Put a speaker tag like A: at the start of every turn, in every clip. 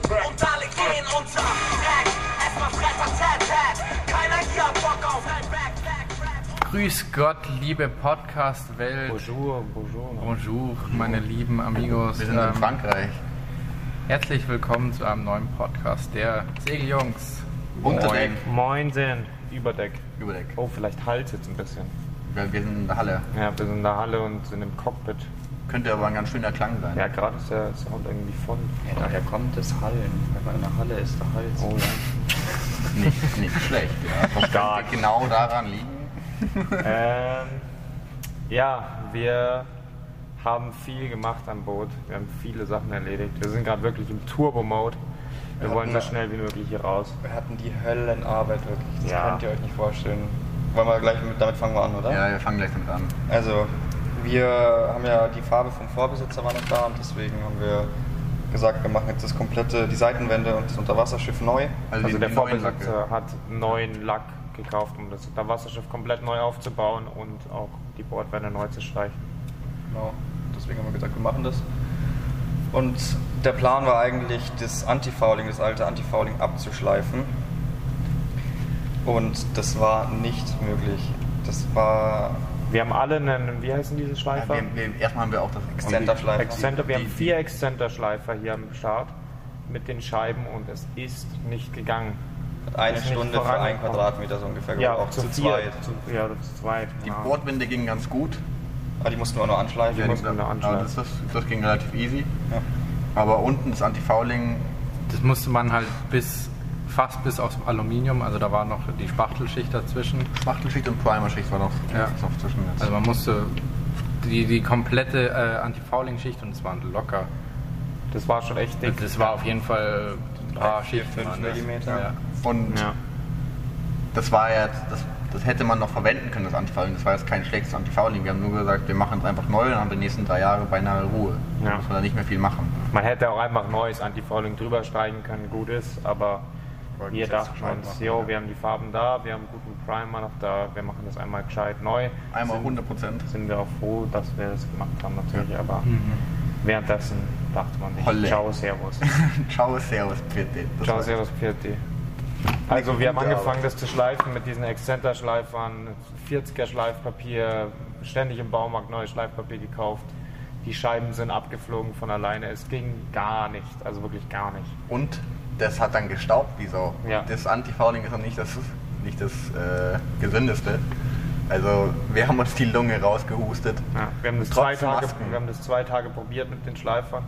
A: und alle gehen unter. Rack, erstmal Freitag, Tat, Tat. Keiner hier hat Bock auf ein Back, Back, Rap.
B: Grüß Gott, liebe Podcast-Welt.
C: Bonjour, bonjour.
B: Bonjour, meine lieben Amigos.
D: Wir sind in
B: Ähm,
D: Frankreich.
B: Herzlich willkommen zu einem neuen Podcast der Segeljungs.
D: Unter
B: Moin.
D: Deck.
C: Moin, denn. Überdeck.
D: Über Deck.
C: Oh, vielleicht haltet's ein bisschen.
D: Wir wir sind in der Halle.
C: Ja, wir sind in der Halle und sind im Cockpit.
D: Könnte aber ein ganz schöner Klang sein.
C: Ja, gerade ist der Sound irgendwie von.
E: Ja, daher kommt das Hallen. Wenn man in der Halle ist, der Hals.
C: Oh,
D: Nicht, nicht schlecht. Ja. Aber
C: Stark.
D: könnte Genau daran liegen.
C: ja. ähm, ja, wir haben viel gemacht am Boot. Wir haben viele Sachen erledigt. Wir sind gerade wirklich im Turbo-Mode. Wir
E: Ja,
C: wollen so
E: ja.
C: schnell wie möglich hier raus.
D: Also
E: Wir hatten die Höllenarbeit wirklich. Das
C: Ja.
E: könnt ihr euch nicht vorstellen. Wollen wir gleich mit, damit fangen wir an, oder?
D: Ja, wir fangen gleich damit an.
E: Also, wir haben ja die Farbe vom Vorbesitzer war noch da und deswegen haben wir gesagt, wir machen jetzt das komplette, die Seitenwände und das Unterwasserschiff neu.
C: Also
D: die-
C: der
D: die neuen
C: Vorbesitzer hat neuen Lack gekauft, um das Unterwasserschiff komplett neu aufzubauen und auch die Bordwände neu zu streichen.
E: Genau. Deswegen haben wir gesagt, wir machen das. Und der Plan war eigentlich, das Anti-Fouling, das alte Anti-Fouling abzuschleifen. Und das war nicht möglich. Das war
C: Wir haben alle einen, wie heißen diese
D: Ja,
C: Schleifer?
D: wir, wir, erstmal haben wir auch das
E: Exzenterschleifer.
C: Exzenter, wir
D: Die-
C: haben
D: die-
C: vier Exzenterschleifer hier am Start mit den Scheiben und es ist nicht gegangen.
E: eine
C: Ist nicht
E: Stunde für einen
C: vorangekommen.
E: Quadratmeter so ungefähr,
C: Ja,
E: auch zu
C: viert,
E: zweit.
C: Zu, ja, zu zweit. genau.
D: Die
C: ja.
D: Bordwände gingen ganz gut.
E: Aber die mussten wir auch noch anschleifen.
D: Ja,
C: mussten
D: die-
C: wir anschauen.
D: ja, das, ist- das ging relativ easy.
E: Ja.
D: Aber unten das Anti-Fouling,
B: Das musste man halt bis fast bis aufs Aluminium, also da war noch die Spachtelschicht dazwischen.
D: Spachtelschicht und Primerschicht war noch,
B: Ja.
D: ist noch zwischen jetzt.
B: Also man musste die, die komplette äh, Anti-Fouling-Schicht und es waren locker.
C: Das war schon echt dick.
B: Also das war auf jeden Fall ein paar
E: Vier,
B: Schichten.
E: fünf
B: waren das.
E: Millimeter.
B: Ja.
D: und
C: Ja.
D: das war ja, das, das hätte man noch verwenden können, das Anti-Fouling. Das war jetzt kein schlechtes Anti-Fouling. Wir haben nur gesagt, wir machen es einfach neu und haben die nächsten drei Jahre beinahe Ruhe.
C: Ja.
D: Da muss man da nicht mehr viel machen.
C: Man hätte auch einfach neues Anti-Fouling drüber steigen können, gut ist, aber
D: Wollten
C: wir
D: es jetzt
C: dachten
D: gescheit
C: uns,
D: machen,
C: jo,
D: ja.
C: wir haben die Farben da, wir haben guten Primer noch da, wir machen das einmal gescheit neu.
D: Einmal
C: sind,
D: 100 Prozent.
C: sind wir auch froh, dass wir das gemacht haben natürlich, aber
B: Hm.
C: währenddessen dachte man sich,
D: Holle.
C: ciao, servus.
D: Ciao, servus, bitte. Das
C: ciao,
D: war-
C: servus, Pirti. Also wir haben
D: gute
C: angefangen,
D: Arbeit.
C: das zu schleifen mit diesen Exzenterschleifern, 40er Schleifpapier, ständig im Baumarkt neues Schleifpapier gekauft. Die Scheiben sind abgeflogen von alleine. Es ging gar nicht, also wirklich gar nicht.
D: Und das hat dann gestaubt, wie Sau.
C: Ja.
D: Das Anti-Fouling ist noch nicht das, nicht das äh, gesündeste. Also wir haben uns die Lunge rausgehustet.
C: Ja, wir, haben das zwei
D: Trotz
C: Tage,
D: Masken.
C: wir haben das zwei Tage probiert mit den Schleifern.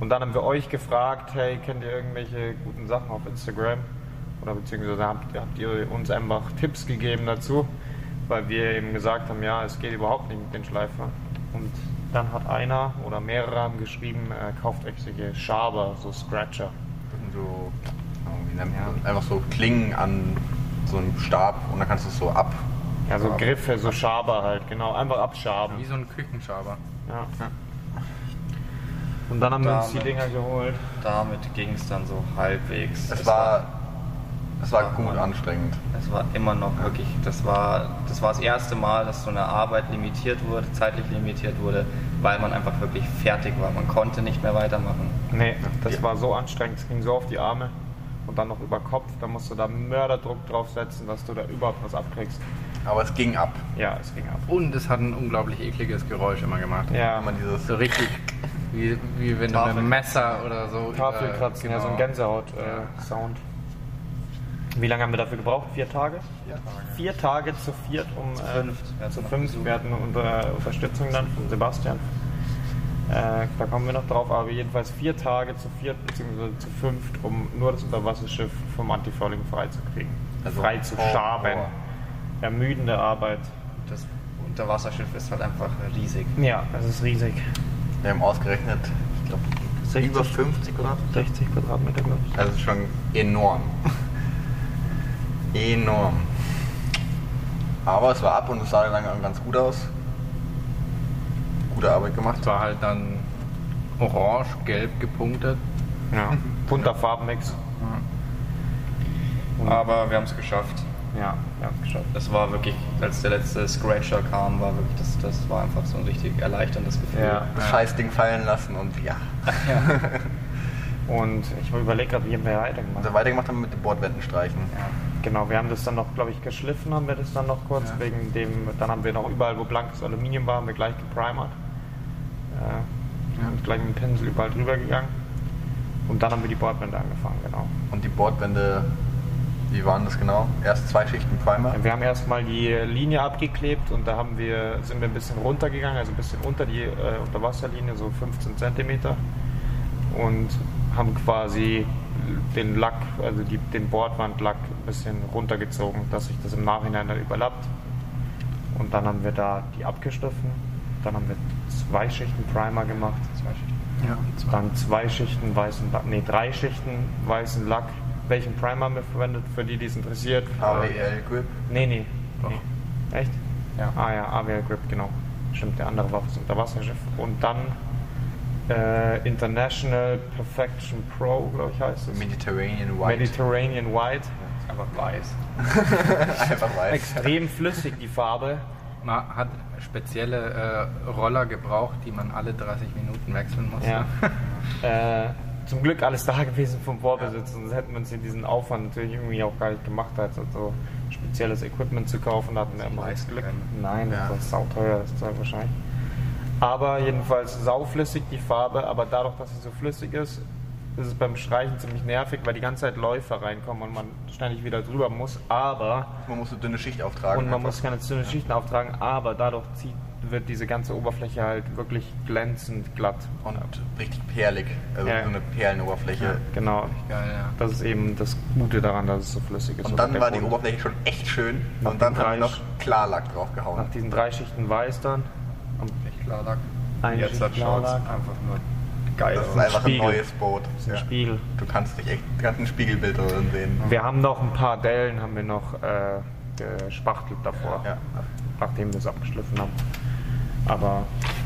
C: Und dann haben wir euch gefragt, hey, kennt ihr irgendwelche guten Sachen auf Instagram? Oder beziehungsweise habt, habt ihr uns einfach Tipps gegeben dazu? Weil wir eben gesagt haben, ja, es geht überhaupt nicht mit den Schleifern. Und dann hat einer oder mehrere haben geschrieben, äh, kauft euch solche Schaber, so Scratcher.
D: Und So, wie nennt man das? Einfach so Klingen an so einem Stab und dann kannst du es so ab.
C: Ja, so
D: ab-
C: Griffe, so Schaber halt, genau, einfach abschaben.
B: Wie so ein Küchenschaber.
C: Ja. Und dann haben wir uns die
E: Damit.
C: Dinger geholt.
E: Damit ging es dann so halbwegs.
D: Es war, es war gut anstrengend.
E: Es war immer noch wirklich, das war, das war das erste Mal, dass so eine Arbeit limitiert wurde, zeitlich limitiert wurde, weil man einfach wirklich fertig war. Man konnte nicht mehr weitermachen.
C: Nee, das
D: Ja.
C: war so anstrengend, es ging so auf die Arme und dann noch über Kopf, da musst du da Mörderdruck draufsetzen, dass du da überhaupt was abkriegst.
D: Aber es ging ab.
C: Ja, es ging ab.
B: Und es hat ein unglaublich ekliges Geräusch immer gemacht.
C: Ja,
D: Wenn man dieses
B: So richtig, wie, wie wenn du mit einem Messer oder so.
C: Tafelkratzen, ja, genau, so ein
B: genau.
C: äh, Gänsehaut-Sound. Wie lange haben wir dafür gebraucht? Vier Tage? Vier Tage zu viert, um zu
E: fünft. Wir
C: Äh,
E: hatten
C: zu
E: noch
C: fünf.
E: Besuch.
C: Wir hatten unsere Unterstützung dann von Sebastian. Äh, da kommen wir noch drauf, aber jedenfalls vier Tage zu viert bzw. zu fünft, um nur das Unterwasserschiff vom Antifouling freizukriegen.
D: Also,
C: frei zu
D: oh,
C: schaben. Ermüdende Arbeit.
E: Das Unterwasserschiff ist halt einfach riesig.
C: Ja, das ist riesig.
D: Wir haben ausgerechnet, ich glaube,
C: 60.
D: über 50 oder
C: 60 Quadratmeter, glaube ich.
D: Das ist schon enorm. enorm. Aber es war ab und es sah dann ganz gut aus. Gute Arbeit gemacht.
B: Es war halt dann orange-gelb gepunktet.
C: Ja. Bunter Farbmix. Mhm.
E: Aber wir haben es geschafft.
C: Ja, ja, geschafft.
E: Es war wirklich, als der letzte Scratcher kam, war wirklich, das, das war einfach so ein richtig erleichterndes Gefühl.
C: Ja.
D: Das Scheißding fallen lassen und ja.
C: Und ich überlege gerade, wie haben wir weitergemacht?
D: Also weitergemacht haben wir mit den Bordwändenstreichen.
C: Genau, wir haben das dann noch, glaube ich, geschliffen haben wir das dann noch kurz,
B: Ja.
C: wegen dem, dann haben wir noch überall, wo blankes Aluminium war, haben wir gleich geprimert. Äh,
B: Ja.
C: Und gleich mit dem Pinsel überall drüber gegangen. Und dann haben wir die Bordwände angefangen, genau.
D: Und die Bordwände, wie waren das genau? Erst zwei Schichten Primer.
C: Wir haben erstmal die Linie abgeklebt und da haben wir, sind wir ein bisschen runtergegangen, also ein bisschen unter die äh, Unterwasserlinie, so 15 Zentimeter. Und haben quasi den Lack, also die, den Bordwandlack ein bisschen runtergezogen, dass sich das im Nachhinein dann überlappt. Und dann haben wir da die abgeschliffen. Dann haben wir zwei Schichten Primer gemacht. Zwei Schichten.
B: Ja, und zwar
C: Dann zwei Schichten weißen Lack, nee, drei Schichten weißen Lack. Welchen Primer haben wir verwendet, für die, die es interessiert?
D: AWL Grip.
C: Nee, nee.
B: Doch.
C: nee. Echt?
B: Ja.
C: Ah ja, AWL Grip, genau. Stimmt, der andere war das Unterwasserschiff. Und dann äh, International Perfection Pro, glaube ich, heißt es.
D: Mediterranean White.
C: Mediterranean White.
E: Einfach weiß.
D: Einfach weiß.
C: Extrem flüssig die Farbe.
B: man hat spezielle äh, Roller gebraucht, die man alle 30 Minuten wechseln musste.
C: Ja. äh, zum Glück alles da gewesen vom Vorbesitz, sonst hätten wir uns hier diesen Aufwand natürlich irgendwie auch gar nicht gemacht, also so spezielles Equipment zu kaufen, da hatten wir immer das
E: leisten
C: Glück.
E: können.
C: Nein,
D: Ja.
C: das ist sauteuer, das Zeug wahrscheinlich. Aber jedenfalls sauflüssig die Farbe, aber dadurch, dass sie so flüssig ist, ist es beim Streichen ziemlich nervig, weil die ganze Zeit Läufer reinkommen und man ständig wieder drüber muss, aber
D: Man muss eine dünne Schicht auftragen.
C: und man
D: einfach.
C: muss keine dünne Schichten auftragen, aber dadurch zieht, wird diese ganze Oberfläche halt wirklich glänzend glatt.
D: und richtig perlig. Also
C: Ja.
D: so eine Perlenoberfläche.
C: Genau.
B: Geil, ja.
C: Das ist eben das Gute daran, dass es so flüssig ist. Also
D: Und dann
C: der
D: war die
C: Grund.
D: Oberfläche schon echt schön.
C: Nach
D: und dann
C: dem
D: haben wir
C: Reich.
D: noch Klarlack
C: Nach
D: draufgehauen.
C: diesen drei Schichten weiß dann. Und
E: Echt Klarlack.
C: Eine
E: Jetzt
C: Schicht
E: hat schaut's
C: Klarlack.
E: einfach nur geil
D: Das ist
E: aus.
D: einfach ein
C: Spiegel.
D: neues Boot.
C: das ist ein
D: Ja.
C: Spiegel.
D: Du kannst dich echt, du kannst ein Spiegelbild drin sehen.
C: Wir haben noch ein paar Dellen, haben wir noch äh, gespachtelt davor,
D: Ja.
C: nachdem wir es abgeschliffen haben. Aber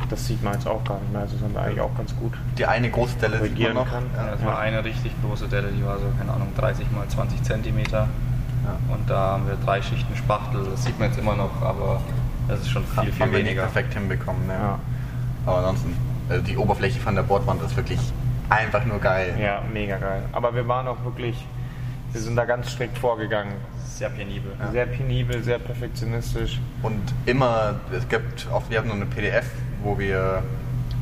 C: das sieht man jetzt auch gar nicht mehr. Also sind wir eigentlich auch ganz gut.
D: Die eine große Delle sieht man
C: Korrigieren
D: noch.
C: kann.
E: Ja,
D: Ja.
E: das war eine richtig große Delle, die war so, keine Ahnung, 30 mal 20 Zentimeter.
D: Ja.
E: Und da haben wir drei Schichten Spachtel, das sieht man jetzt immer noch, aber das ist schon viel,
D: Haben
E: viel
D: wir nicht
E: weniger.
D: perfekt hinbekommen. Ne?
C: Ja,
D: Aber ansonsten, also die Oberfläche von der Bordwand ist wirklich einfach nur geil.
C: ja mega geil. Aber wir waren auch wirklich, wir sind da ganz strikt vorgegangen.
E: Sehr penibel.
C: Sehr penibel, sehr perfektionistisch.
D: Und immer, es gibt oft, wir haben so eine PDF, wo wir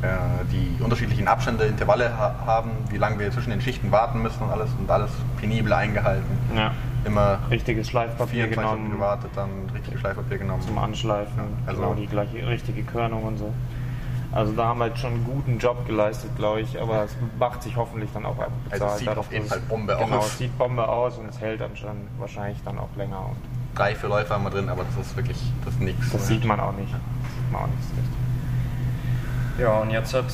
D: äh, die unterschiedlichen Abstände, Intervalle ha haben, wie lange wir zwischen den Schichten warten müssen und alles und alles penibel eingehalten.
C: Ja.
D: Immer
C: Richtiges Schleifpapier
D: 24 Stunden
C: genommen.
D: gewartet, dann richtige Schleifpapier genommen.
C: zum Anschleifen.
D: Also-
C: genau die gleiche richtige Körnung und so. Also da haben wir jetzt schon einen guten Job geleistet, glaube ich, aber es macht sich hoffentlich dann auch abbezahlt.
D: Also es sieht
C: dadurch,
D: auf jeden
C: dass
D: Fall
C: es-
D: Bombe
C: genau,
D: aus.
C: es sieht Bombe aus und es hält dann schon wahrscheinlich dann auch länger und
D: Drei, vier Läufer haben wir drin, aber das ist wirklich das ist nix.
C: das sieht man auch nicht. Das sieht man auch nicht so richtig.
E: Ja, und jetzt hat,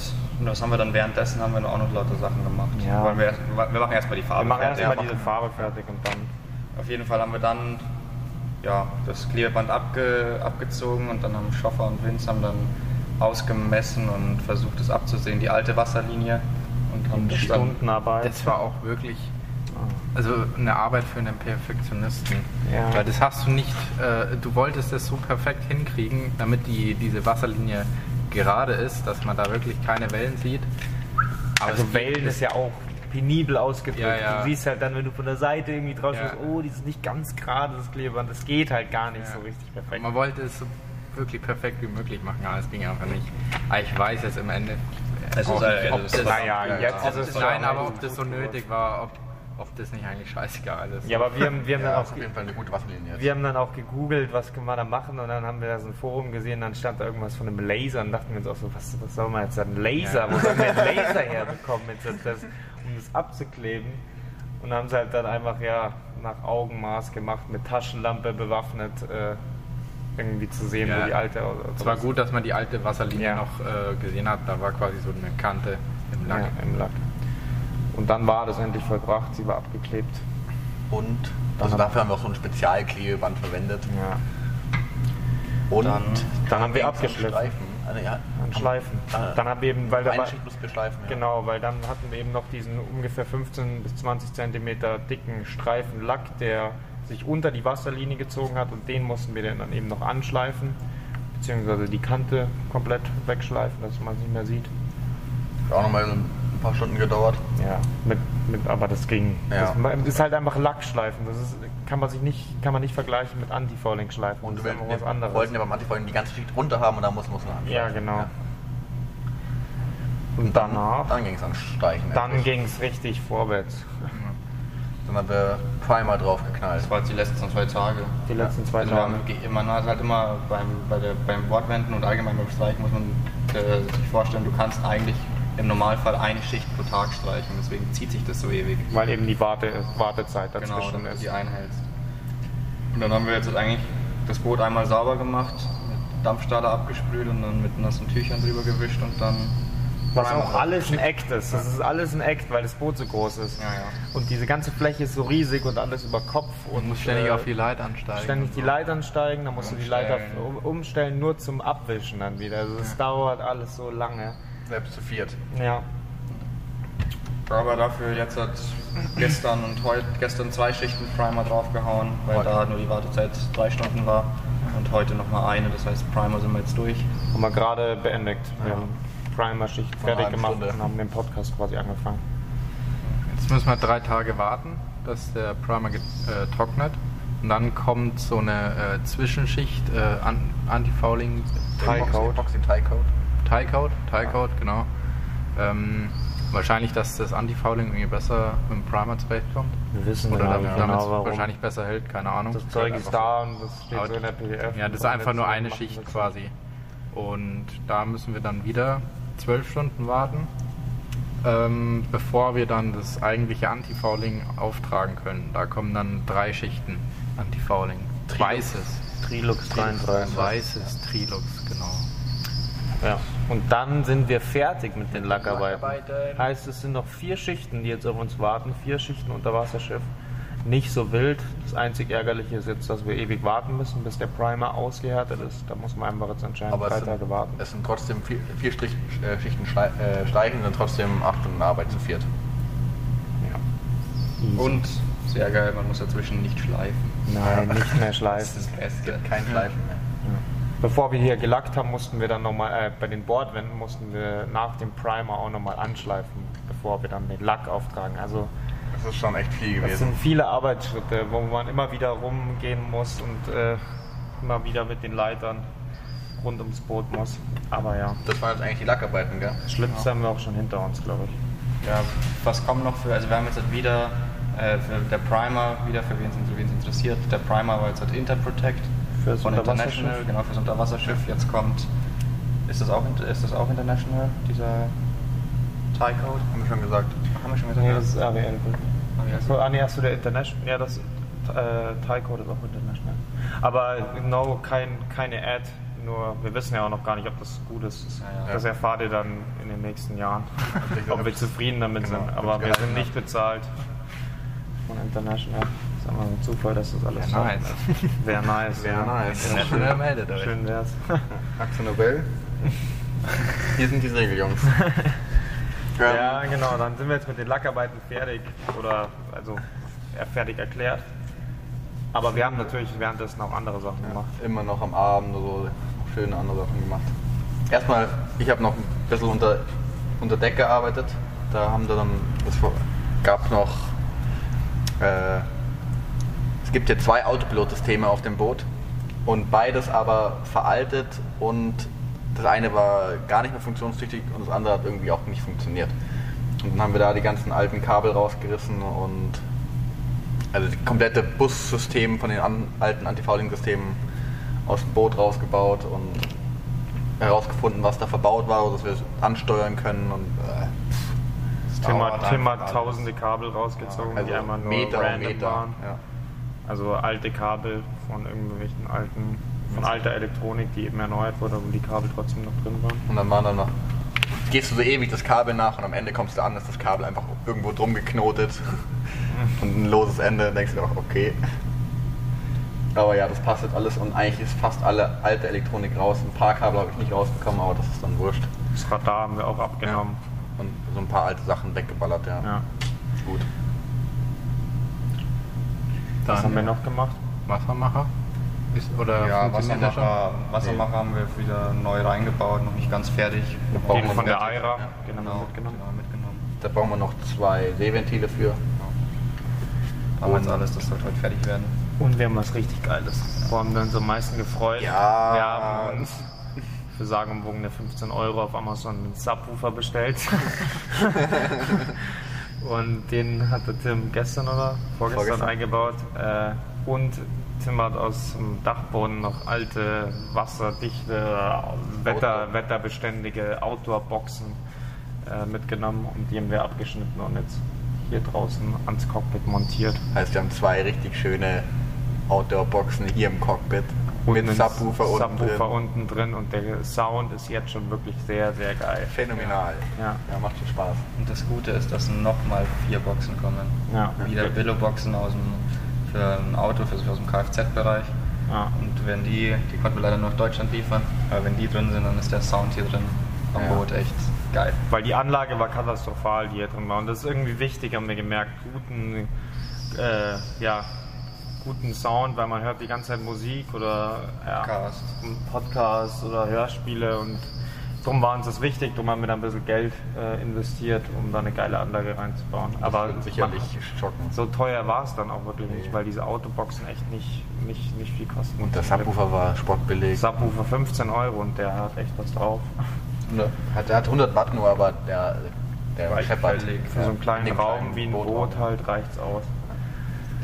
E: und das haben wir dann währenddessen, haben wir auch noch lauter Sachen gemacht.
C: Ja.
E: Wollen wir, erst- wir machen erstmal die
C: Wir
E: Farbe.
C: machen
E: fertig.
C: erstmal
D: ja,
C: diese
D: machen.
C: Farbe fertig und dann
E: Auf jeden Fall haben wir dann ja, das Klebeband abge, abgezogen und dann haben Schoffer und Vince haben dann ausgemessen und versucht es abzusehen, die alte Wasserlinie. Und haben
C: in
E: das dann,
C: Stundenarbeit.
B: Das war auch wirklich also eine Arbeit für einen Perfektionisten.
C: Ja.
B: Weil das hast du nicht, äh, du wolltest das so perfekt hinkriegen, damit die, diese Wasserlinie gerade ist, dass man da wirklich keine Wellen sieht. Aber
C: also
B: es
C: Wellen
B: geht-
C: ist ja auch penibel ausgedrückt.
B: Ja, ja.
C: Du siehst halt dann, wenn du von der Seite irgendwie drauf
B: Ja.
C: schaust, oh, die ist nicht ganz gerade, das Klebeband. Das geht halt gar nicht
B: Ja.
C: so richtig perfekt.
B: Man wollte es so wirklich perfekt wie möglich machen, aber es ging einfach nicht. Aber ich weiß jetzt im Ende.
E: Es
C: Oh,
B: auch
E: ist,
B: nicht,
E: äh,
B: ob
E: das
B: das,
E: ist-
C: naja, halt- jetzt
B: ob
C: ist es
B: das, nein,
C: schon
B: aber
C: gut
B: ob das so
C: geworden.
B: nötig war, ob, ob das nicht eigentlich scheißegal ist.
C: Ja, aber wir haben, wir haben
D: ja,
C: dann
D: ist
C: auch
D: auf jeden Fall eine gute Wasserlinie jetzt.
C: Wir haben dann auch gegoogelt, was kann man da machen und dann haben wir da so ein Forum gesehen, dann stand da irgendwas von einem Laser und dachten wir uns auch so, was, was soll man jetzt an Laser,
B: Ja.
C: wo sollen wir einen Laser herbekommen, jetzt das, das, um das abzukleben und haben es halt dann einfach ja nach Augenmaß gemacht, mit Taschenlampe bewaffnet, äh, irgendwie zu sehen,
B: Ja.
C: wo die alte...
B: Es war gut, dass man die alte Wasserlinie
C: Ja.
B: noch äh, gesehen hat. Da war quasi so eine Kante im Lack.
C: Ja, im Lack. Und dann war das endlich vollbracht, sie war abgeklebt.
D: Und also dafür haben wir auch so ein Spezialklebeband verwendet.
C: Ja.
D: Und
C: dann haben wir
D: links am
C: abgeschliffen.
D: Streifen. Also, ja,
C: Und Schleifen.
B: Äh,
D: Ah.
C: Dann haben wir eben, weil da
D: eine
C: war,
D: Schicht müssen wir schleifen. Ja.
C: Genau, weil dann hatten wir eben noch diesen ungefähr 15 bis 20 Zentimeter dicken Streifen Lack, der sich unter die Wasserlinie gezogen hat und den mussten wir dann eben noch anschleifen, beziehungsweise die Kante komplett wegschleifen, dass man es nicht mehr sieht.
D: Auch nochmal so ein ein paar Stunden gedauert.
C: Ja, mit, mit, aber das ging.
D: Ja.
C: Das ist halt einfach Lackschleifen. Das ist, kann man sich nicht, kann man nicht vergleichen mit Anti-Fouling-Schleifen.
D: Und
C: das
D: wir
C: ist einfach was anderes.
D: wollten ja beim Antifallen die ganze Schicht runter haben und dann mussten wir es noch anstreichen.
C: ja, genau.
D: Ja.
C: Und danach,
D: Dann ging es anstreichen.
C: dann
D: endlich.
C: ging es richtig vorwärts.
D: Dann haben wir Primer drauf geknallt.
E: Das war jetzt die letzten zwei Tage.
C: Die letzten zwei
E: Also wir
C: Tage.
E: haben, ge- man hat halt immer beim, bei der, beim Bordwenden und allgemein beim Streichen muss man äh, sich vorstellen, du kannst eigentlich im Normalfall eine Schicht pro Tag streichen. Deswegen zieht sich das so ewig.
C: Weil eben die Warte, Wartezeit
E: Genau,
C: dazwischen
E: damit du
C: ist.
E: die einhältst. Und dann haben wir jetzt eigentlich das Boot einmal sauber gemacht, mit Dampfstahle abgesprüht und dann mit nassen Tüchern drüber gewischt und dann.
C: Was
E: Primer
C: auch
E: drauf.
C: alles ein Act ist. Das ist alles ein Act, weil das Boot so groß ist.
E: Ja, ja.
C: Und diese ganze Fläche ist so riesig und alles über Kopf. Und
B: Und muss ständig
C: äh,
B: auf die Leit ansteigen.
C: ständig die Leitern steigen, dann musst du die Leiter
E: Umstellen.
C: um- umstellen, nur zum Abwischen dann wieder. Also das dauert alles so lange.
D: Selbst zu viert.
C: Ja.
E: Aber dafür jetzt hat gestern und heute gestern zwei Schichten Primer draufgehauen, weil da nur die Wartezeit drei Stunden war und heute nochmal eine, das heißt Primer sind wir jetzt durch.
C: Haben wir gerade beendigt. Wir
D: Ja.
C: haben Primer-Schicht
D: einer
C: fertig
D: halben
C: gemacht
D: Stunde.
C: und haben den Podcast quasi angefangen.
B: Jetzt müssen wir drei Tage warten, dass der Primer get- äh, trocknet. Und dann kommt so eine äh, Zwischenschicht, äh, An Anti-Fouling,
C: Tie-Coat.
D: Epoxy Tie-Coat.
B: Tie-Coat, Tie-Coat, genau. Ähm, wahrscheinlich, dass das Anti-Fouling irgendwie besser mit dem Primer zurechtkommt.
C: Wir wissen
B: Oder
C: genau,
B: damit damit es
C: warum.
B: wahrscheinlich besser hält, keine Ahnung.
C: Das Zeug ist da und das steht
B: Aber
C: so in der PDF.
B: Ja, das ist einfach nur eine Schicht quasi. Und da müssen wir dann wieder zwölf Stunden warten, ähm, bevor wir dann das eigentliche Anti-Fouling auftragen können. Da kommen dann drei Schichten Anti-Fouling. Weißes.
C: Trilux
B: Weißes Trilux, genau.
C: Ja. Und dann sind wir fertig mit den Lackarbeiten.
B: Lackarbeiten.
C: Heißt, es sind noch vier Schichten, die jetzt auf uns warten. Vier Schichten Unterwasserschiff. Nicht so wild. Das einzig Ärgerliche ist jetzt, dass wir ewig warten müssen, bis der Primer ausgehärtet ist. Da muss man einfach jetzt anscheinend
D: Aber
C: drei
D: es sind,
C: Tage warten.
D: es sind trotzdem vier, vier Strich, äh, Schichten schlei- äh, streichen und dann trotzdem acht Stunden Arbeit zu viert.
C: Easy.
E: Und sehr geil, man muss dazwischen nicht schleifen.
C: Nein, nicht mehr
E: Das
C: schleifen.
E: ist das Beste.
D: Kein Schleifen mehr.
C: Bevor wir hier gelackt haben, mussten wir dann nochmal, äh, bei den Bordwänden mussten wir nach dem Primer auch nochmal anschleifen, bevor wir dann den Lack auftragen. Also
D: Das ist schon echt viel
C: das
D: gewesen.
C: sind viele Arbeitsschritte, wo man immer wieder rumgehen muss und äh, immer wieder mit den Leitern rund ums Boot muss. Aber ja,
D: Das waren jetzt eigentlich die Lackarbeiten, gell?
C: das Schlimmste haben wir auch schon hinter uns, glaube ich.
E: Ja, was kommt noch für, also wir haben jetzt halt wieder äh, für der Primer, wieder für wen es für wen's interessiert, der Primer war jetzt halt Interprotect
C: Fürs
E: von
C: Unterwasserschiff.
E: International, genau, fürs Unterwasserschiff, jetzt kommt, ist das auch, inter- ist das auch International, dieser Tie-Code?
D: Haben wir schon gesagt.
E: Haben wir schon gesagt?
C: Nee, das ist AWL.
E: Ah, ja,
C: Ah, nee, hast du der International? Ja, das äh, Thai-Code ist auch International. Aber no, kein, keine Ad. Nur, wir wissen ja auch noch gar nicht, ob das gut ist.
E: Ja,
D: ja.
C: Das erfahrt ihr dann in den nächsten Jahren,
D: Ob wir-
C: ob wir zufrieden damit
D: Genau,
C: sind.
D: ob's
C: Aber wir
D: gehalten
C: sind
D: hat.
C: nicht bezahlt von International. Das ist immer ein Zufall, dass das alles
B: Wär nice.
C: Wäre nice.
D: Wär
C: ja.
D: nice.
B: International meldet euch.
C: Schön wär's.
D: Axel Nobel. Hier sind die Ähm, Segeljungs.
C: ja, genau. Dann sind wir jetzt mit den Lackarbeiten fertig. Oder, also, er- fertig erklärt. Aber wir haben natürlich währenddessen auch andere Sachen gemacht.
D: Immer noch am Abend so schöne andere Sachen gemacht. Erstmal, ich habe noch ein bisschen unter, unter Deck gearbeitet. Da haben wir dann, es vor- gab noch, äh, es gibt ja zwei Autopilot-Systeme auf dem Boot und beides aber veraltet und das eine war gar nicht mehr funktionstüchtig und das andere hat irgendwie auch nicht funktioniert. Und dann haben wir da die ganzen alten Kabel rausgerissen und also das komplette Bussystem von den an, alten Anti-Fouling-Systemen aus dem Boot rausgebaut und herausgefunden, was da verbaut war, sodass wir es ansteuern können und äh,
C: Tim
D: dauert
C: hat, Tim
D: einfach
C: hat
D: alles.
C: tausende Kabel rausgezogen, die einmal nur
D: Meter um
C: random
D: Meter.
C: waren.
D: Ja.
C: Also alte Kabel von irgendwelchen alten, von alter Elektronik, die eben erneuert wurde, wo die Kabel trotzdem noch drin waren.
D: Und dann waren dann noch. Gehst du so ewig das Kabel nach und am Ende kommst du an, ist das Kabel einfach irgendwo drum geknotet und ein loses Ende. Denkst du dir auch, okay. Aber ja, das passt jetzt alles und eigentlich ist fast alle alte Elektronik raus. Ein paar Kabel habe ich nicht rausbekommen, aber das ist dann wurscht.
C: Das Radar haben wir auch abgenommen.
D: Und so ein paar alte Sachen weggeballert, ja.
C: Ja.
D: Gut.
C: Was haben wir
B: Dann
C: noch gemacht?
B: Wassermacher? Ist, oder
E: ja
B: funktioniert der schon?
E: Wassermacher, Wassermacher haben wir wieder neu reingebaut, noch nicht ganz fertig.
D: Wir
E: Aber
D: brauchen
C: Den
D: noch
C: von der
D: fertig.
C: Aira,
D: Ja.
C: den Genau, haben wir
E: Genau,
C: mitgenommen.
E: genau, mitgenommen.
D: Da brauchen wir noch zwei Seeventile für.
E: Haben wir jetzt alles, das sollte heute fertig werden.
C: Und wir haben was richtig Geiles. Wo haben wir uns am meisten gefreut?
D: Ja.
C: Wir haben uns für sagenumwogene 15 Euro auf Amazon einen Subwoofer bestellt. und den hat der Tim gestern oder vorgestern,
D: Vorgestern.
C: eingebaut. Äh, und Tim hat aus dem Dachboden noch alte, wasserdichte, wetter,
D: Outdoor.
C: wetterbeständige Outdoor-Boxen äh, mitgenommen und die haben wir abgeschnitten und jetzt hier draußen ans Cockpit montiert.
D: Heißt, wir haben zwei richtig schöne Outdoor-Boxen hier im Cockpit. mit
C: einen
D: Subwoofer unten drin.
C: Subwoofer unten drin und der Sound ist jetzt schon wirklich sehr, sehr geil.
D: Phänomenal.
C: Ja.
D: ja, macht schon Spaß.
E: Und das Gute ist, dass nochmal vier Boxen kommen.
C: Ja.
E: Wieder Billo-Boxen aus dem, für ein Auto, für, aus dem Kfz-Bereich.
C: Ja.
E: Und wenn die, die konnten wir leider nur nach Deutschland liefern, aber wenn die drin sind, dann ist der Sound hier drin am
D: Ja.
E: Boot echt geil.
C: Weil die Anlage war katastrophal, die hier drin war. Und das ist irgendwie wichtig, haben wir gemerkt. Guten, äh, ja, guten Sound, weil man hört die ganze Zeit Musik oder ja,
E: Podcast.
C: Podcasts oder Hörspiele und drum war uns das wichtig, drum haben wir da ein bisschen Geld äh, investiert, um da eine geile Anlage reinzubauen. Aber
D: wird sicherlich schocken.
C: so teuer war es dann auch wirklich nicht, weil diese Autoboxen echt nicht, nicht, nicht viel kosten.
D: Und der Subwoofer war sportbillig.
C: Subwoofer 15 Euro und der hat echt was drauf.
D: Ne, Hat, der hat 100 Watt nur, aber der, der
E: War
D: scheppert.
E: völlig-
C: Für so einen kleinen
D: In dem
C: Raum
D: kleinen
C: wie ein
D: Bootraum.
C: Boot halt reicht's aus.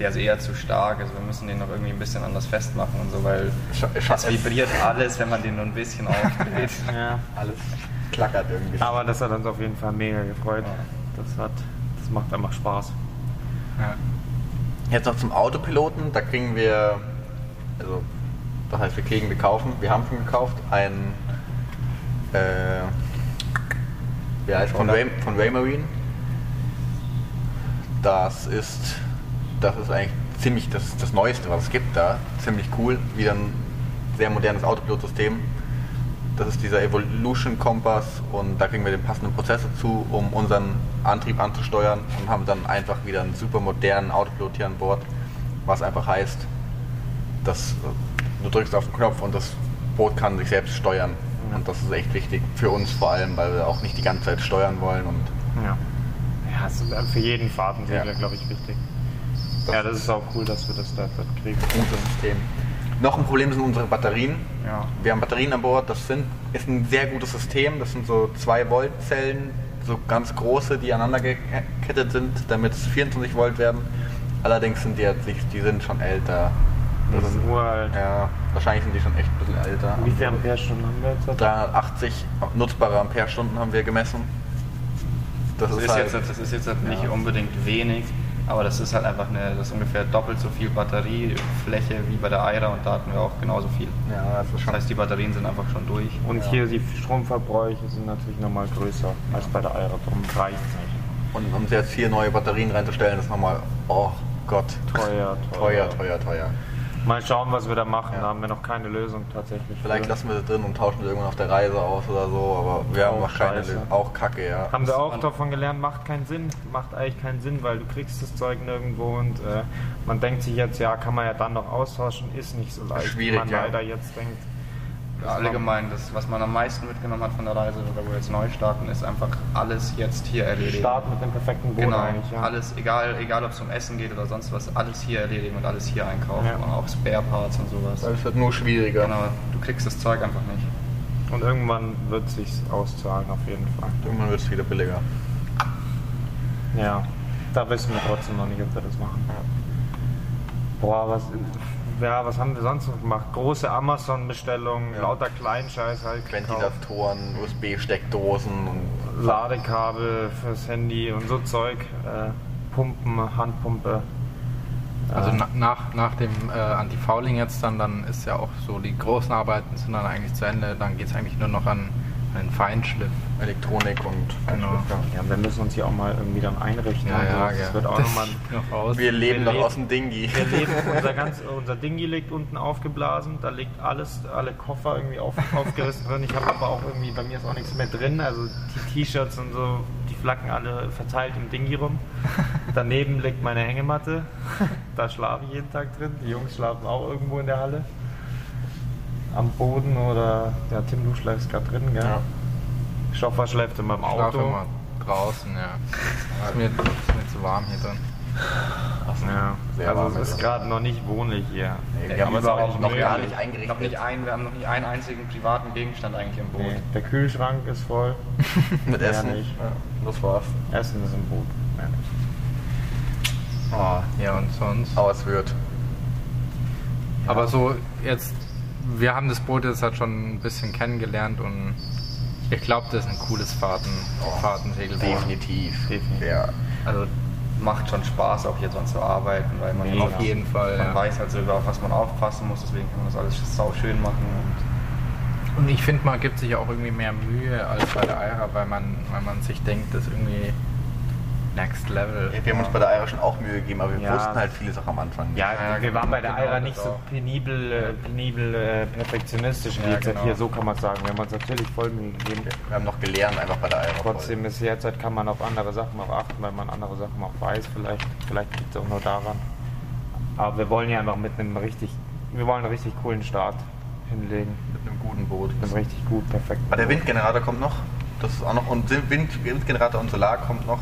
E: Der ist eher zu stark, also wir müssen den noch irgendwie ein bisschen anders festmachen und so, weil
D: Sch
E: es vibriert alles, wenn man den nur ein bisschen aufdreht.
C: Ja.
D: Alles klackert irgendwie.
C: Aber das hat uns auf jeden Fall mega gefreut. Das, hat, das macht einfach Spaß.
D: Jetzt noch zum Autopiloten. Da kriegen wir, also, das heißt, wir kriegen, wir kaufen, wir haben schon gekauft, ein, äh, wie heißt von, Ray, von Raymarine. Das ist, das ist eigentlich ziemlich das, das Neueste, was es gibt da. Ziemlich cool. Wieder ein sehr modernes Autopilot-System. Das ist dieser Evolution Kompass und da kriegen wir den passenden Prozessor zu, um unseren Antrieb anzusteuern und haben dann einfach wieder einen super modernen Autopilot hier an Bord, was einfach heißt, dass äh, du drückst auf den Knopf und das Boot kann sich selbst steuern. Und das ist echt wichtig für uns vor allem, weil wir auch nicht die ganze Zeit steuern wollen und
C: Ja. Ja, es ist für jeden Fahrtensegler,
D: Ja.
C: glaube ich, wichtig.
D: Das-
C: ja, das ist auch cool, dass wir das da dort kriegen.
D: gutes System. Noch ein Problem sind unsere Batterien.
C: Ja.
D: Wir haben Batterien an Bord, das sind, ist ein sehr gutes System. Das sind so 2 Volt Zellen, so ganz große, die aneinander gekettet sind, damit es 24 Volt werden. Allerdings sind die, jetzt nicht- die sind schon älter.
C: Das ist uralt.
D: ja, wahrscheinlich sind die schon echt ein bisschen älter.
C: Wie viel Amperestunden haben wir jetzt? da?
D: 380 nutzbare Amperestunden haben wir gemessen. Das,
E: Also Das
D: ist,
E: ist,
D: halt,
E: jetzt, das ist jetzt halt nicht
D: Ja.
E: unbedingt wenig, aber das ist halt einfach eine, das ist ungefähr doppelt so viel Batteriefläche wie bei der Aira und da hatten wir auch genauso viel.
D: ja, das ist schon
E: Das heißt, die Batterien sind einfach schon durch.
C: Und hier die Stromverbräuche sind natürlich nochmal größer als bei der Aero. Drum reicht nicht.
D: Und um jetzt vier neue Batterien reinzustellen, ist nochmal, oh Gott.
C: Teuer, teuer.
D: Teuer, teuer, teuer.
C: Mal schauen, was wir da machen.
D: Ja.
C: Da haben wir noch keine Lösung tatsächlich.
D: Vielleicht
C: für.
D: lassen wir das drin und tauschen das irgendwann auf der Reise aus oder so, aber wir haben
C: Auch
D: noch keine
C: scheiße.
D: Lösung. Auch Kacke, ja.
C: Haben wir auch
E: man-
C: davon gelernt, macht keinen Sinn, macht eigentlich keinen Sinn, weil du kriegst das Zeug nirgendwo und äh, man denkt sich jetzt, ja, kann man ja dann noch austauschen, ist nicht so leicht, wie
D: Schwierig,
C: man
D: ja.
C: leider jetzt denkt.
E: Das allgemein, das, was man am meisten mitgenommen hat von der Reise oder wo wir jetzt neu starten, ist einfach alles jetzt hier erledigen.
C: Start mit dem perfekten Boden
E: genau,
C: eigentlich, ja.
E: alles, egal, egal ob es um Essen geht oder sonst was, alles hier erledigen und alles hier einkaufen
C: Ja.
E: und auch Spare Parts und sowas.
D: Weil es wird nur schwieriger.
E: Genau, du kriegst das Zeug einfach nicht.
C: Und irgendwann wird sich's auszahlen, auf jeden Fall.
D: Irgendwann wird es wieder billiger.
C: Ja, da wissen wir trotzdem noch nicht, ob wir das machen. Boah, was, ja, was haben wir sonst noch gemacht? Große Amazon-Bestellungen, lauter Kleinscheiß halt gekauft.
D: Ventilatoren, USB-Steckdosen und
C: Ladekabel fürs Handy und so Zeug, äh, Pumpen, Handpumpe.
B: Also
C: Äh,
B: na, nach, nach dem äh, Anti-Fouling jetzt dann, dann ist ja auch so, die großen Arbeiten sind dann eigentlich zu Ende, dann geht es eigentlich nur noch an, an den Feinschliff.
D: Elektronik und
B: Genau.
C: Ja, wir müssen uns hier auch mal irgendwie dann einrichten. und so. das wird auch nochmal.
B: noch aus.
D: Wir leben
C: Wir
D: noch
C: leben.
D: aus dem Dingi.
C: Wir leben, unser, ganz, unser Dingi liegt unten aufgeblasen, da liegt alles, alle Koffer irgendwie auf, aufgerissen drin. Ich habe aber auch irgendwie, bei mir ist auch nichts mehr drin, also die T-Shirts und so, die flacken alle verteilt im Dingi rum. Daneben liegt meine Hängematte, da schlafe ich jeden Tag drin. Die Jungs schlafen auch irgendwo in der Halle. Am Boden oder, ja, Tim, du schläfst gerade drin, gell?
D: Ja.
C: Schoffer schläft in meinem
B: Schlaf
C: Auto.
B: immer Draußen, ja. Ist mir, ist mir zu warm hier drin.
C: Ja.
D: Sehr warm
C: Also es
D: ist
C: ist
D: es.
C: gerade noch nicht wohnlich hier.
D: Nee,
E: Ja,
D: wir haben es
E: überhaupt
D: auch noch
E: nicht.
D: gar nicht
E: Noch
D: eingerichtet.
E: nicht ein, wir haben noch nicht einen einzigen privaten Gegenstand eigentlich im Boot.
C: Nee, der Kühlschrank ist voll.
D: mit
C: Mehr
D: Essen.
C: nicht.
D: Ja, das war's.
C: Essen ist im Boot. Mehr nicht.
D: Ah,
B: Ja, und sonst.
D: aber es wird.
B: Aber so jetzt, wir haben das Boot jetzt halt schon ein bisschen kennengelernt und ich glaube, das ist ein cooles Fahrten, Fahrtensegelboot.
D: Definitiv.
C: Oh. Definitiv.
D: Ja.
E: Also macht schon Spaß, auch hier dran zu arbeiten, weil man,
C: Mega.
E: auf jeden,
B: Fall.
E: man weiß halt selber, auf was man aufpassen muss, deswegen kann man das alles sau schön machen.
B: Und ich finde, man gibt sich auch irgendwie mehr Mühe als bei der Aira, weil man, weil man sich denkt, das ist irgendwie next level.
D: Wir haben uns bei der Aira schon auch Mühe gegeben, aber wir
C: Ja.
D: wussten halt vieles auch am Anfang.
C: Ja,
B: Ja,
C: wir waren bei der
B: genau,
C: Aira
B: das
C: nicht so
B: auch.
C: penibel, äh, penibel äh, perfektionistisch wie
B: Ja,
C: jetzt halt
B: genau.
C: hier, so kann man sagen. Wir haben uns natürlich voll Mühe gegeben.
D: Wir haben noch gelernt einfach bei der Aira.
C: Trotzdem ist jetzt halt, kann man auf andere Sachen auch achten, weil man andere Sachen auch weiß. Vielleicht, vielleicht liegt es auch nur daran. Aber wir wollen ja einfach mit einem richtig, wir wollen einen richtig coolen Start hinlegen.
D: voll. mit einem guten Boot.
C: Mit einem richtig gut, perfekt.
D: Aber Ah, der Windgenerator kommt noch. Das ist auch noch. Und Wind- Wind, Windgenerator und Solar kommt noch.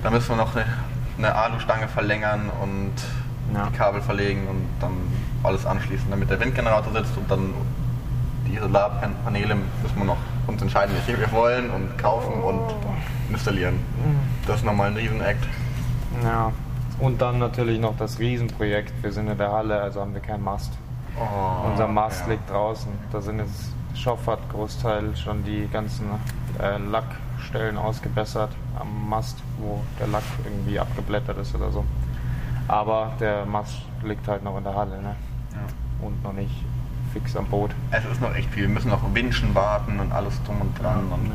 D: Da müssen wir noch eine, eine Alustange verlängern und
C: Ja.
D: die Kabel verlegen und dann alles anschließen, damit der Windgenerator sitzt und dann die Solarpaneele müssen wir noch uns entscheiden, welche wir wollen und kaufen und installieren.
C: Mhm.
D: Das ist nochmal ein Riesen-Act.
C: Ja. Und dann natürlich noch das Riesenprojekt. Wir sind in der Halle, also haben wir keinen Mast. Unser
D: Ah,
C: Mast liegt draußen. Da sind jetzt Schoffert Großteil schon die ganzen äh, Lackstellen ausgebessert am Mast, wo der Lack irgendwie abgeblättert ist oder so. Aber der Mast liegt halt noch in der Halle ne? und noch nicht fix am Boot.
D: Es ist noch echt viel. Wir müssen noch Winschen warten und alles drum und dran. Und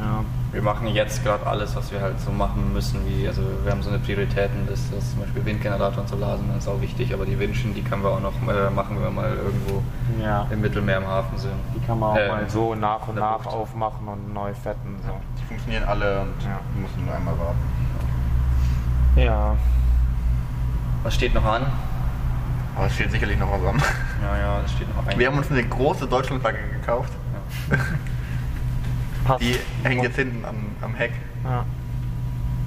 E: Wir machen jetzt gerade alles, was wir halt so machen müssen, wie, also wir haben so eine Prioritäten, das ist zum Beispiel Windgenerator und Solar sind ist auch wichtig, aber die Windschen, die können wir auch noch äh, machen, wenn wir mal irgendwo
C: Ja.
E: im Mittelmeer im Hafen sind.
C: Die kann man auch
E: Ähm,
C: mal so nach und
E: in der
C: nach
E: Bucht.
C: aufmachen und neu fetten. So.
D: die funktionieren alle und
C: Ja.
D: wir müssen nur einmal warten.
C: Ja.
E: Was steht noch an?
D: Aber es steht sicherlich noch was an.
E: Ja, ja, das steht noch ein.
D: Wir haben uns eine große Deutschlandflagge gekauft.
C: Passt.
D: Die hängt jetzt hinten am, am Heck.
C: Ja.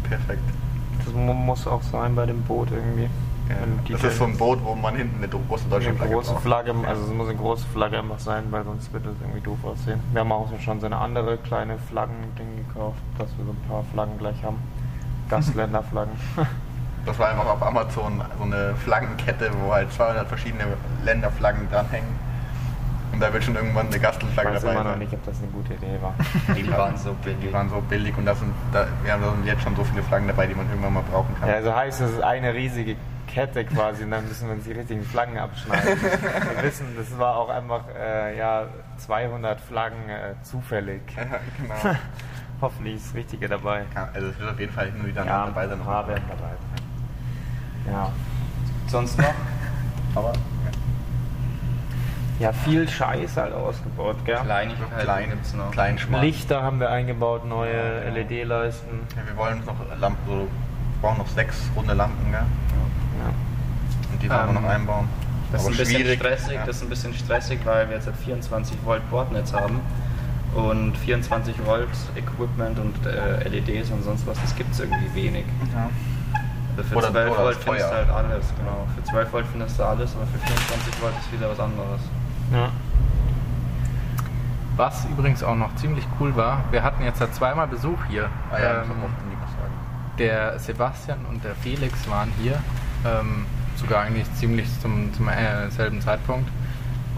D: Perfekt.
C: Das mu- muss auch sein bei dem Boot irgendwie. Wenn die
D: Das ist so ein Boot, wo man hinten eine große
C: eine
D: Deutschlandflagge
C: große
D: braucht.
C: Flagge, also es muss eine große Flagge einfach sein, weil sonst wird das irgendwie doof aussehen. Wir haben auch schon so eine andere kleine Flaggen-Ding gekauft, dass wir so ein paar Flaggen gleich haben. Gastländerflaggen.
D: Das war einfach auf Amazon so eine Flaggenkette, wo halt 200 verschiedene Länderflaggen dranhängen. Und da wird schon irgendwann eine
C: Ich
D: Gastelflagge
C: weiß
D: dabei
C: immer noch
D: sein.
C: nicht, ob das eine gute Idee war.
E: die waren so billig.
D: Die waren so billig und das sind, da, wir haben da sind jetzt schon so viele Flaggen dabei, die man irgendwann mal brauchen kann.
C: Ja, also heißt, das ist eine riesige Kette quasi und dann müssen wir uns die richtigen Flaggen abschneiden. wir wissen, das war auch einfach äh, ja, 200 Flaggen äh, zufällig.
D: Ja, genau.
C: Hoffentlich ist das Richtige dabei.
D: Ja, also es wird auf jeden Fall hin und wieder
C: Ja,
D: dabei sein.
C: ein paar werden dabei sein. Ja.
E: Sonst noch?
D: Aber
C: Ja, viel Scheiß halt ausgebaut, gell?
E: Kleinigkeiten
D: klein,
E: gibt's noch.
D: klein schmal.
C: Lichter haben wir eingebaut, neue E LED-Leisten.
D: Ja, wir wollen uns noch Lampen, so, wir brauchen noch sechs runde Lampen, gell?
C: Ja.
D: Und die wollen wir
E: Ähm,
D: noch einbauen.
E: Das ist, ein bisschen stressig,
D: ja.
E: das ist ein bisschen stressig, weil wir jetzt halt 24 Volt Bordnetz haben. Und 24 Volt Equipment und äh, LEDs und sonst was, das gibt es irgendwie wenig.
D: Ja.
E: Also Für
D: Oder-
E: 12
D: oder
E: Volt
D: das
E: findest du
D: Feuer.
E: halt alles, genau. Für 12 Volt findest du alles, aber für 24 Volt ist wieder was anderes.
C: ja.
B: Was übrigens auch noch ziemlich cool war, wir hatten jetzt ja zweimal Besuch hier.
D: Ah, ja, das
B: ähm,
D: hat auch den Nico sagen.
B: der Sebastian und der Felix waren hier, ähm, sogar eigentlich ziemlich zum, zum äh, selben Zeitpunkt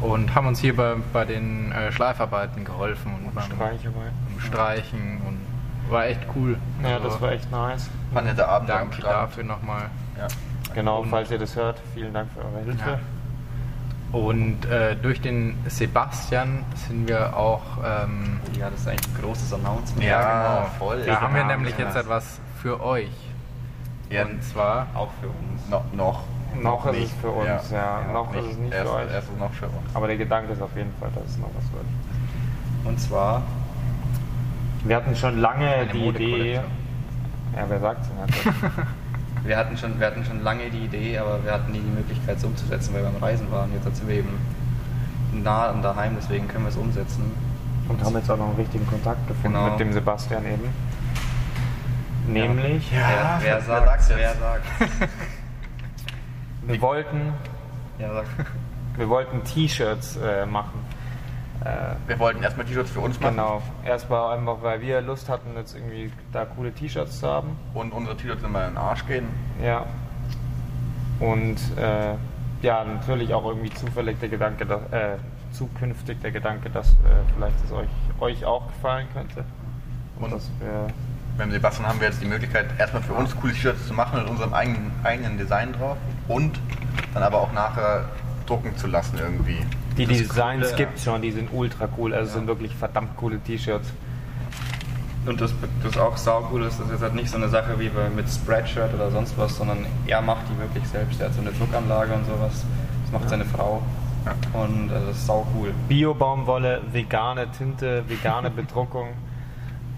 B: und haben uns hier bei, bei den äh, Schleifarbeiten geholfen und, beim
C: Streicharbeit.
B: beim Streichen und war echt cool.
C: Ja,
B: Also,
C: das war echt nice.
D: War ein netter Abend am
B: Danke
D: Strand.
B: dafür nochmal.
D: Ja.
C: Genau,
B: Und-
C: falls ihr das hört, vielen Dank für eure Hilfe.
B: Und äh, durch den Sebastian sind wir auch. Ähm,
E: Ja, das ist eigentlich ein großes Announcement.
D: Ja,
B: ja,
D: genau, voll.
B: Da haben wir
C: Abend,
B: nämlich
C: ja.
B: jetzt etwas für euch.
D: Ja.
B: Und zwar
E: Auch für uns.
D: genau. No, noch.
C: Noch ist es für uns, ja. Noch ist es nicht
D: erst,
C: für euch.
D: Erst ist es noch für uns.
C: Aber der Gedanke ist auf jeden Fall, dass es noch was wird.
E: Und zwar,
C: Wir hatten schon lange
B: Eine
C: die Idee.
B: Modekollektion.
C: Ja, wer sagt's denn? Also, Hat
E: wir hatten, schon, wir hatten schon lange die Idee, aber wir hatten nie die Möglichkeit, es umzusetzen, weil wir am Reisen waren. Jetzt sind wir eben nah an daheim, deswegen können wir es umsetzen.
C: Und haben jetzt auch noch einen richtigen Kontakt gefunden
E: Genau.
C: mit dem Sebastian eben. Nämlich,
E: Wer, wer sagt,
D: sagt's
E: wer
D: jetzt?
E: sagt.
C: wir wollten,
E: Ja, sag.
C: wir wollten T-Shirts äh, machen. Äh,
D: Wir wollten erstmal T-Shirts für uns machen
C: genau. Erstmal einfach, weil wir Lust hatten, jetzt irgendwie da coole T-Shirts zu haben.
D: und unsere T-Shirts immer in den Arsch gehen.
C: Ja. Und äh, ja, natürlich auch irgendwie zufällig der Gedanke, dass, äh, zukünftig der Gedanke, dass äh, vielleicht es euch, euch auch gefallen könnte. Und,
D: Und-
C: dass wir.
D: Beim Sebastian haben wir jetzt die Möglichkeit, erstmal für uns coole T-Shirts zu machen mit unserem eigenen, eigenen Design drauf und dann aber auch nachher drucken zu lassen irgendwie.
C: Die
E: Das
C: Designs
E: Coole,
C: gibt's schon, die sind ultra cool. Also sind wirklich verdammt coole T-Shirts.
E: Und das, das auch saucool ist, das ist jetzt halt nicht so eine Sache wie bei- mit Spreadshirt oder sonst was, sondern er macht die wirklich selbst. Er hat so eine Druckanlage und sowas. Das macht seine Frau. Und äh, das ist saucool.
C: Bio-Baumwolle, vegane Tinte, vegane Bedruckung.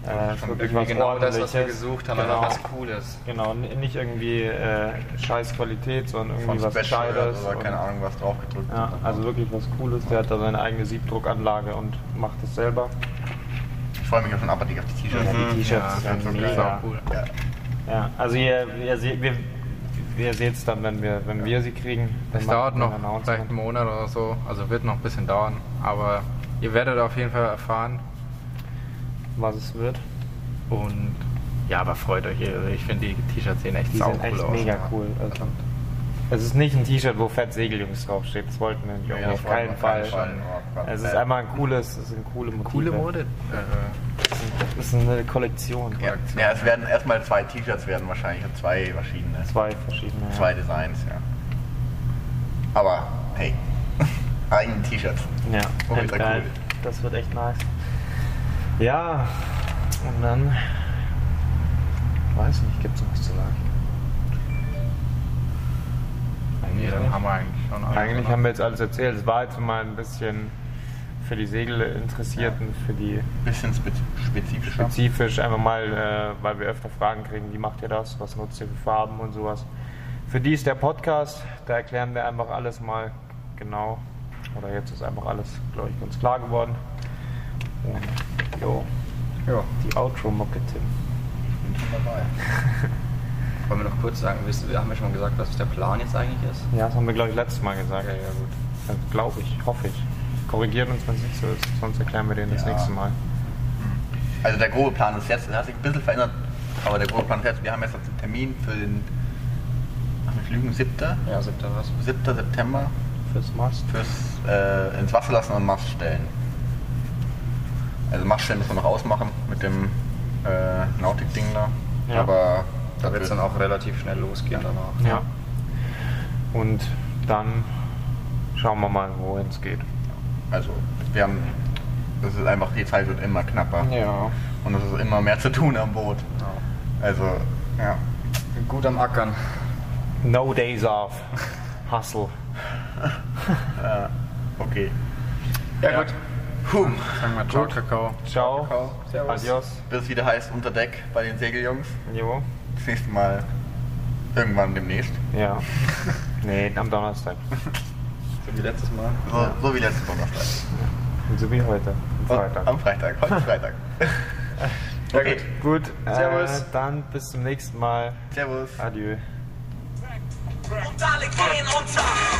C: Äh, ist wirklich
E: Irgendwie
C: was
E: genau das, was wir
C: Ordentliches.
E: gesucht haben,
C: Genau.
E: einfach was Cooles.
C: Genau, n- nicht irgendwie äh, scheiß Qualität, sondern
D: Von
C: irgendwie was
D: Spreadshirt
C: Gescheites.
D: oder
C: und-
D: keine Ahnung was drauf gedrückt.
C: Ja, also wirklich was Cooles. Der hat da seine eigene Siebdruckanlage und macht das selber.
D: Ich freue mich auch schon abartig auf die T-Shirts.
C: Die T-Shirts
B: ja, das
C: sind
B: ist
C: mega.
B: auch cool.
D: Ja.
C: Ja, also ihr, ihr seht, wir, ihr seht es dann, wenn wir, wenn wir sie kriegen. Dann
B: Es
C: machen
B: dauert
C: wir
B: noch
C: ein
B: vielleicht einen
C: Announcement.
B: Monat oder so, also wird noch ein bisschen dauern, aber ihr werdet auf jeden Fall erfahren
C: was es wird.
B: und ja, aber freut euch, ihr- ich finde die T-Shirts sehen echt
C: Die
B: sau
C: sind
B: cool
C: echt
B: aus.
C: mega cool. Also, es ist nicht ein T-Shirt, wo Fett Segeljungs draufsteht. Das wollten wir nicht.
D: Ja,
C: auf
D: das wollten wir
C: keinen
D: auf
C: Fall.
D: keinen Fall. Oh Gott.
C: es ist einmal ein cooles, es sind coole Motive.
B: Coole Mode. Äh,
C: Es ist eine Kollektion.
D: Ja. ja, es werden erstmal zwei T-Shirts werden wahrscheinlich, und zwei verschiedene.
C: Zwei verschiedene. ja.
D: Zwei Designs, ja. Aber hey, eigene T-Shirts.
C: Ja,
D: Oh,
C: echt
D: sehr
C: geil.
D: cool.
C: Das wird echt nice. Ja, und dann. Weiß nicht, gibt's noch was zu sagen?
B: nee, dann haben wir eigentlich schon alles
C: Eigentlich
B: gemacht.
C: haben wir jetzt alles erzählt. Es war jetzt mal ein bisschen für die Segelinteressierten, für die
D: Bisschen spe spezifischer.
C: spezifisch, einfach mal, äh, weil wir öfter Fragen kriegen, wie macht ihr das, was nutzt ihr für Farben und sowas. Für die ist der Podcast, da erklären wir einfach alles mal genau. Oder jetzt ist einfach alles, glaube ich, ganz klar geworden. Und jo,
E: Ja.
C: die Outro-Mucke, Tim.
E: Bin schon dabei. Wollen wir noch kurz sagen, wissen wir, haben wir schon mal gesagt, was der Plan jetzt eigentlich ist?
C: Ja, das haben wir, glaube ich, letztes Mal gesagt. Ja, gut. Glaube ich, hoffe ich. Korrigiert uns, wenn es nicht so ist, sonst erklären wir den das
D: Ja.
C: nächste Mal.
D: Also der grobe Plan ist jetzt, der hat sich ein bisschen verändert, aber der grobe Plan ist jetzt, wir haben jetzt einen Termin für den, ach mich lügen, 7.
E: Ja, siebter was?
D: 7. September
C: Fürs Mast.
D: fürs äh, ins Wasser lassen und Mast stellen. Also Mast stellen müssen wir noch ausmachen mit dem äh, Nautik-Ding da.
C: Ja.
D: Aber
E: Da wird es dann auch relativ schnell losgehen danach.
C: Ja. Und dann schauen wir mal, wohin es geht.
D: Also wir haben, das ist einfach, die Zeit wird immer knapper
C: Ja.
D: und es ist immer mehr zu tun am Boot. Also ja,
E: Gut am Ackern.
C: No days off. Hustle.
D: okay.
E: Ja, gut.
D: Hum.
B: Sagen wir Ciao, Kakao.
C: Ciao.
E: Servus.
C: Adios.
D: Bis es wieder heißt unter Deck bei den Segeljungs.
C: Jo.
D: Das nächste Mal irgendwann demnächst.
C: Ja. Nee, am Donnerstag.
E: So wie letztes Mal.
D: So, so wie letztes Donnerstag.
C: So wie heute. Am Freitag.
D: Am Freitag, heute ist Freitag. okay,
C: Gut.
E: Servus.
C: Äh, dann bis zum nächsten Mal.
D: servus.
C: Adieu.
A: Und alle gehen unter.